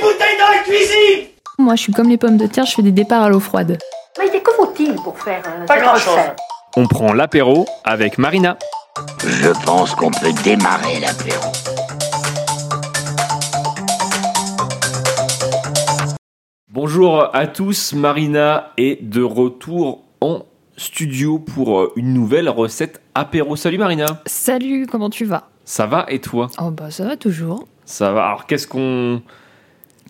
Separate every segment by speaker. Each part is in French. Speaker 1: bouteille dans la cuisine
Speaker 2: Moi, je suis comme les pommes de terre, je fais des départs à l'eau froide.
Speaker 3: Mais que faut-il pour faire euh,
Speaker 1: Pas
Speaker 3: cette
Speaker 1: grand-chose.
Speaker 3: recette
Speaker 4: On prend l'apéro avec Marina.
Speaker 5: Je pense qu'on peut démarrer l'apéro.
Speaker 4: Bonjour à tous, Marina est de retour en studio pour euh, une nouvelle recette apéro. Salut Marina
Speaker 2: Salut, comment tu vas
Speaker 4: Ça va et toi
Speaker 2: Oh bah ça va toujours.
Speaker 4: Ça va. Alors qu'est-ce qu'on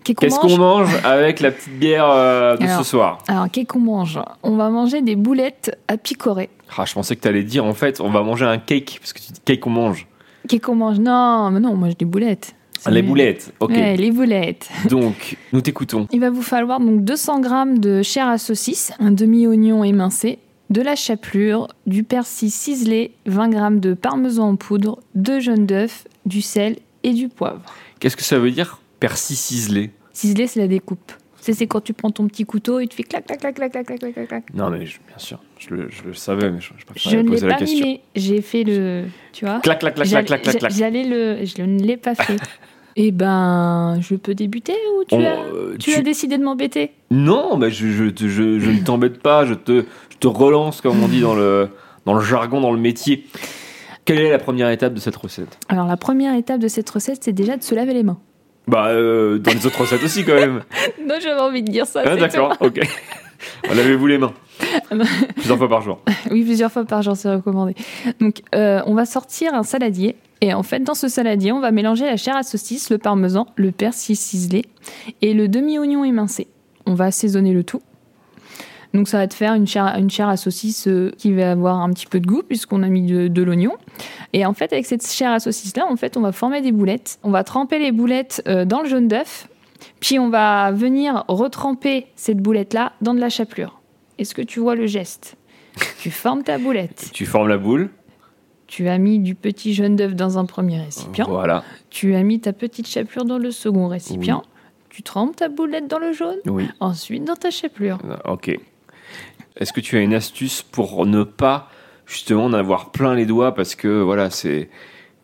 Speaker 2: Qu'est-ce qu'on
Speaker 4: qu'est-ce
Speaker 2: mange
Speaker 4: qu'on mange avec la petite bière euh, de
Speaker 2: Alors.
Speaker 4: ce soir
Speaker 2: Alors, qu'est-ce qu'on mange On va manger des boulettes à picorer.
Speaker 4: ah, Je pensais que t'allais dire en fait on va manger un cake, parce que tu dis cake on mange.
Speaker 2: Qu'est-ce qu'on mange Non, mais non, on mange des boulettes. C'est
Speaker 4: Ah, Les
Speaker 2: mieux.
Speaker 4: boulettes, ok.
Speaker 2: Ouais, les boulettes.
Speaker 4: Donc nous t'écoutons.
Speaker 2: Il va vous falloir donc 200 g de chair à saucisse, un demi-oignon émincé, de la chapelure, du persil ciselé, 20 g de parmesan en poudre, deux jaunes d'œufs, du sel et du poivre.
Speaker 4: Qu'est-ce que ça veut dire persil ciselé
Speaker 2: Ciselé, c'est la découpe. C'est c'est quand tu prends ton petit couteau et tu fais clac, clac, clac, clac, clac, clac, clac, clac, clac.
Speaker 4: Non mais je- bien sûr, je le, je le savais mais je, je préférais
Speaker 2: Je ne l'ai
Speaker 4: poser la
Speaker 2: pas
Speaker 4: question.
Speaker 2: mimé. J'ai fait le. Tu vois
Speaker 4: Clac clac clac clac
Speaker 2: J'allais-
Speaker 4: clac clac clac.
Speaker 2: J'allais le. Je ne l'ai pas fait. Eh ben, je peux débuter ou tu,
Speaker 4: On-
Speaker 2: as,
Speaker 4: euh,
Speaker 2: tu, as décidé de m'embêter
Speaker 4: Non, mais je, je, te- je, je ne t'embête pas, je te, je te relance, comme on dit dans le, dans le jargon, dans le métier. Quelle est la première étape de cette recette
Speaker 2: Alors, la première étape de cette recette, c'est déjà de se laver les mains.
Speaker 4: Bah, euh, dans les autres recettes aussi, quand même.
Speaker 2: Non, j'avais envie de dire ça.
Speaker 4: Ah,
Speaker 2: c'est
Speaker 4: D'accord, ok. Lavez-vous les mains. Plusieurs fois par jour.
Speaker 2: tout. Oui, plusieurs fois par jour, c'est recommandé. Donc, euh, on va sortir un saladier. Et en fait, dans ce saladier, on va mélanger la chair à saucisse, le parmesan, le persil ciselé et le demi-oignon émincé. On va assaisonner le tout. Donc, ça va te faire une chair, une chair à saucisse euh, qui va avoir un petit peu de goût puisqu'on a mis de, de l'oignon. Et en fait, avec cette chair à saucisse-là, en fait, on va former des boulettes. On va tremper les boulettes euh, dans le jaune d'œuf. Puis, on va venir retremper cette boulette-là dans de la chapelure. Est-ce que tu vois le geste Tu formes ta boulette.
Speaker 4: Tu formes la boule.
Speaker 2: Tu as mis du petit jaune d'œuf dans un premier récipient.
Speaker 4: Voilà.
Speaker 2: Tu as mis ta petite chapelure dans le second récipient. Tu trempes ta boulette dans le jaune.
Speaker 4: Oui.
Speaker 2: Ensuite, dans ta chapelure.
Speaker 4: Ok. Est-ce que tu as une astuce pour ne pas justement en avoir plein les doigts parce que voilà c'est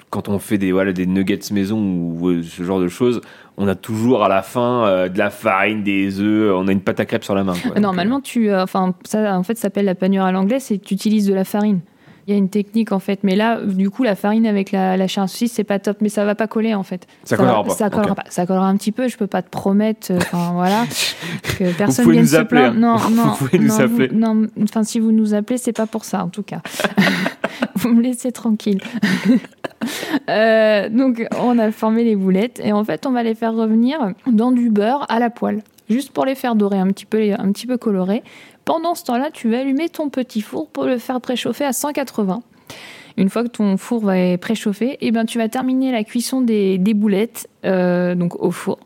Speaker 4: quand on fait des voilà des nuggets maison ou euh, ce genre de choses, on a toujours à la fin euh, de la farine, des œufs, on a une pâte à crêpes sur la main. quoi. Donc,
Speaker 2: Normalement, tu, euh, enfin, ça, en fait, ça s'appelle la panure à l'anglais, c'est que tu utilises de la farine. Il y a une technique en fait, mais là, du coup, la farine avec la, la chair à saucisse, c'est pas top, mais ça va pas coller en fait.
Speaker 4: euh, ça collera
Speaker 2: va-
Speaker 4: pas.
Speaker 2: Ça collera
Speaker 4: Ok.
Speaker 2: pas. Ça collera un petit peu. Je peux pas te promettre. euh, Enfin voilà, que personne
Speaker 4: pouvez
Speaker 2: vienne
Speaker 4: nous
Speaker 2: se
Speaker 4: appeler,
Speaker 2: plaindre. Non,
Speaker 4: hein. Vous
Speaker 2: non,
Speaker 4: pouvez nous
Speaker 2: non, vous-
Speaker 4: appeler.
Speaker 2: non, enfin si vous nous appelez, c'est pas pour ça en tout cas. vous me laissez tranquille. Euh, donc on a formé les boulettes et en fait on va les faire revenir dans du beurre à la poêle, juste pour les faire dorer un petit peu, les- un petit peu colorés. Pendant ce temps-là, tu vas allumer ton petit four pour le faire préchauffer à 180. Une fois que ton four va être préchauffé, eh ben, tu vas terminer la cuisson des, des boulettes euh, donc au four.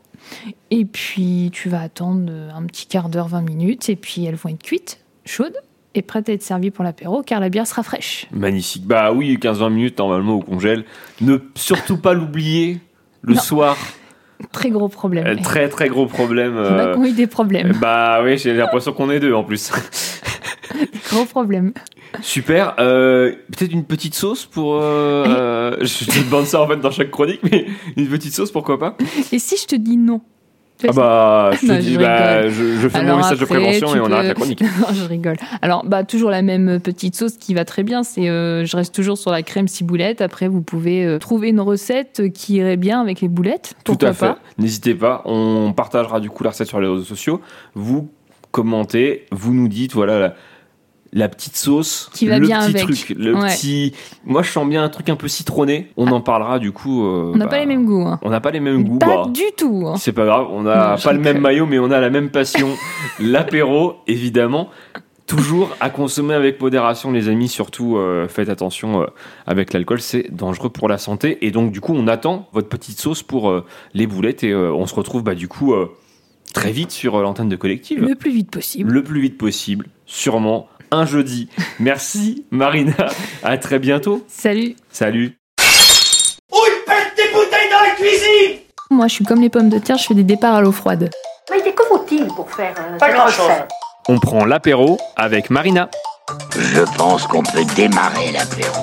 Speaker 2: Et puis tu vas attendre euh, un petit quart d'heure, 20 minutes, et puis elles vont être cuites, chaudes, et prêtes à être servies pour l'apéro, car la bière sera fraîche.
Speaker 4: Magnifique. Bah oui, 15-20 minutes normalement au congèle. Ne surtout pas l'oublier le
Speaker 2: Non.
Speaker 4: soir.
Speaker 2: Très gros problème.
Speaker 4: Euh, Très très gros problème.
Speaker 2: Il y en a
Speaker 4: euh,
Speaker 2: qui ont eu des problèmes.
Speaker 4: Bah oui, j'ai l'impression qu'on est deux en plus.
Speaker 2: Gros problème.
Speaker 4: Super. Euh, Peut-être une petite sauce pour. euh,
Speaker 2: Allez.
Speaker 4: euh, je te demande ça en fait dans chaque chronique, mais une petite sauce, pourquoi pas
Speaker 2: Et si je te dis non Tu
Speaker 4: Ah
Speaker 2: vas-
Speaker 4: bah, je te
Speaker 2: Non, je
Speaker 4: dis,
Speaker 2: rigole.
Speaker 4: bah, je, je fais mon
Speaker 2: Alors
Speaker 4: message de
Speaker 2: après,
Speaker 4: prévention
Speaker 2: tu
Speaker 4: et on
Speaker 2: peux-
Speaker 4: arrête la chronique.
Speaker 2: Non, je rigole. Alors, bah, toujours la même petite sauce qui va très bien. C'est, euh, je reste toujours sur la crème ciboulette. Après, vous pouvez euh, trouver une recette qui irait bien avec les boulettes.
Speaker 4: Tout
Speaker 2: Pourquoi
Speaker 4: à fait.
Speaker 2: pas
Speaker 4: N'hésitez pas. On partagera du coup la recette sur les réseaux sociaux. Vous commentez, vous nous dites, voilà. La, la petite sauce,
Speaker 2: Qui va
Speaker 4: le
Speaker 2: bien
Speaker 4: petit
Speaker 2: avec.
Speaker 4: truc, le
Speaker 2: Ouais. Ah.
Speaker 4: petit. Moi, je sens bien un truc un peu citronné. On en parlera du coup. euh,
Speaker 2: On n'a
Speaker 4: bah,
Speaker 2: pas les mêmes goûts. hein.
Speaker 4: On n'a pas les mêmes goûts.
Speaker 2: Pas
Speaker 4: bah.
Speaker 2: du tout. hein.
Speaker 4: C'est pas grave, on n'a
Speaker 2: Non, je
Speaker 4: pas le même
Speaker 2: rigole.
Speaker 4: maillot, mais on a la même passion. L'apéro, évidemment. Toujours à consommer avec modération, les amis. Surtout, euh, faites attention euh, avec l'alcool, c'est dangereux pour la santé. Et donc, du coup, on attend votre petite sauce pour euh, les boulettes et euh, on se retrouve, bah, du coup, euh, très vite sur euh, l'antenne de collective.
Speaker 2: Le plus vite possible.
Speaker 4: Le plus vite possible, sûrement un jeudi. Merci, Marina. À très bientôt.
Speaker 2: Salut.
Speaker 4: Salut.
Speaker 1: Ou il pète des bouteilles dans la cuisine
Speaker 2: Moi, je suis comme les pommes de terre, je fais des départs à l'eau froide.
Speaker 3: Mais que faut-il pour faire euh,
Speaker 1: Pas
Speaker 3: cette
Speaker 1: grand-chose.
Speaker 3: recette
Speaker 4: On prend l'apéro avec Marina.
Speaker 5: Je pense qu'on peut démarrer l'apéro.